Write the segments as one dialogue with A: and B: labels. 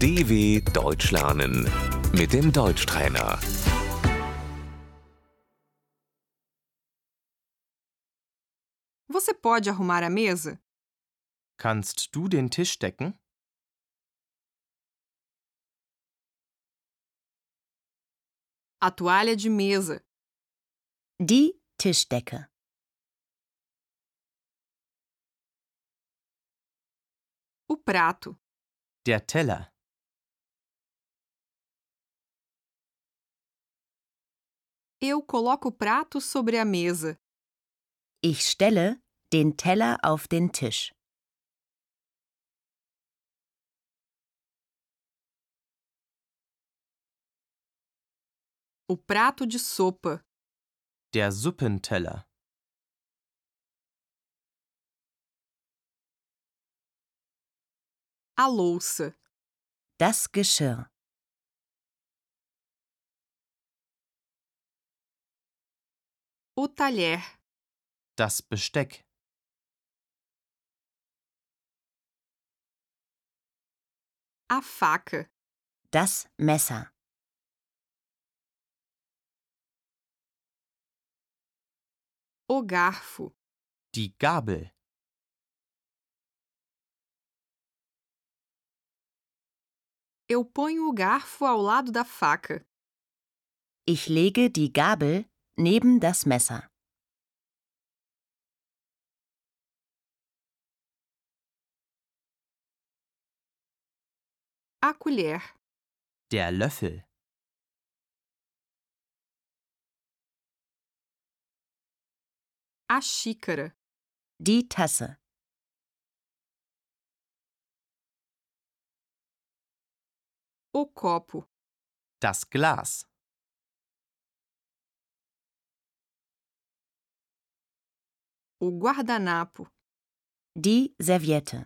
A: DW Deutsch lernen mit dem Deutschtrainer.
B: Você pode arrumar a mesa?
C: Kannst du den Tisch decken?
B: A toalha de mesa,
D: Die Tischdecke.
B: o prato,
C: Der Teller.
B: eu coloco o prato sobre a mesa,
D: Ich stelle den Teller auf den Tisch.
B: o prato de sopa,
C: Der Suppenteller.
B: a louça,
D: Das Geschirr.
B: o talher,
C: Das Besteck.
B: a faca,
D: Das Messer.
B: o garfo,
C: Die Gabel.
B: eu ponho o garfo ao lado da faca,
D: Ich lege die Gabel neben das Messer.
B: a colher,
C: Der Löffel.
B: a xícara,
D: Die Tasse.
B: o copo,
C: Das Glas.
B: o guardanapo,
D: Die Serviette.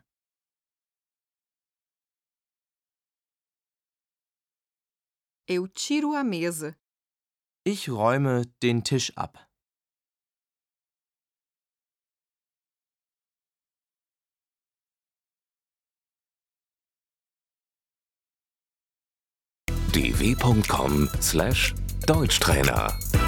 B: eu tiro a mesa,
C: Ich räume den Tisch ab.
A: dw.com/deutschtrainer